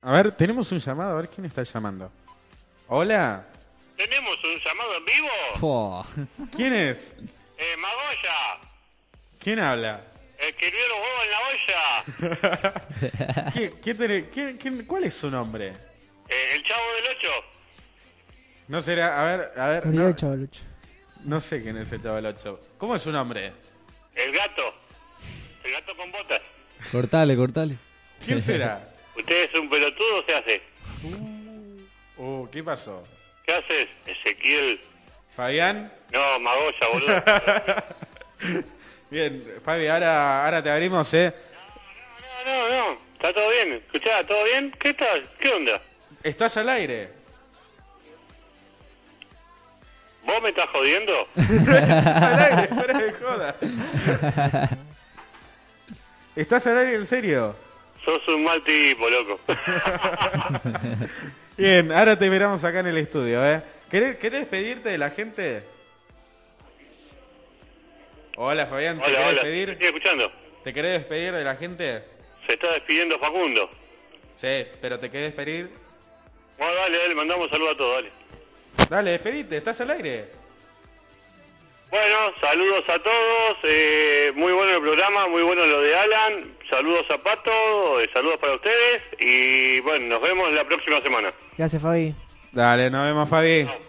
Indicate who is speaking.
Speaker 1: A ver, tenemos un llamado, a ver quién está llamando. Hola,
Speaker 2: ¿Tenemos un llamado en vivo?
Speaker 3: Po.
Speaker 1: ¿quién es?
Speaker 2: Eh, Magoya,
Speaker 1: ¿Quién habla?
Speaker 2: el que hirvió los huevos en la olla.
Speaker 1: ¿Qué- qué tiene- qué- qué- ¿Cuál es su nombre?
Speaker 2: Eh, el chavo del 8.
Speaker 1: No será, a ver, a ver,
Speaker 4: Murió
Speaker 1: no,
Speaker 4: el Chavalucho.
Speaker 1: no sé quién es el chaval 8. ¿Cómo es su nombre?
Speaker 2: El gato. El gato con botas.
Speaker 3: Cortale, cortale.
Speaker 1: ¿Quién será?
Speaker 2: ¿Usted es un pelotudo o se hace?
Speaker 1: Uh, ¿qué pasó?
Speaker 2: ¿Qué haces, Ezequiel?
Speaker 1: ¿Fabián?
Speaker 2: No, Magoya, boludo.
Speaker 1: Bien, Fabi, ahora, ahora te abrimos, ¿eh?
Speaker 2: No, no, no. Está todo bien. Escuchá, ¿todo bien? ¿Qué tal? ¿Qué onda?
Speaker 1: ¿Estás al aire?
Speaker 2: ¿Vos me estás jodiendo?
Speaker 1: ¿Estás al aire? fuera de joda. ¿Estás al aire en serio?
Speaker 2: Sos un mal tipo, loco.
Speaker 1: Bien, ahora te miramos acá en el estudio, ¿eh? ¿Querés, querés pedirte de la gente? Hola, Fabián, ¿te
Speaker 2: Hola,
Speaker 1: querés
Speaker 2: hola. ¿Me
Speaker 1: despedir?
Speaker 2: estoy escuchando?
Speaker 1: ¿Te querés despedir de la gente?
Speaker 2: Se está despidiendo Facundo.
Speaker 1: Sí, pero te querés despedir.
Speaker 2: Bueno, dale, dale, mandamos saludos a todos, dale.
Speaker 1: Dale, despedite, ¿estás al aire?
Speaker 2: Bueno, saludos a todos. eh, muy bueno el programa, muy bueno lo de Alan. Saludos a Pato, eh, saludos para ustedes. Y bueno, nos vemos la próxima semana.
Speaker 4: Gracias, Fabi.
Speaker 1: Dale, nos vemos, Fabi.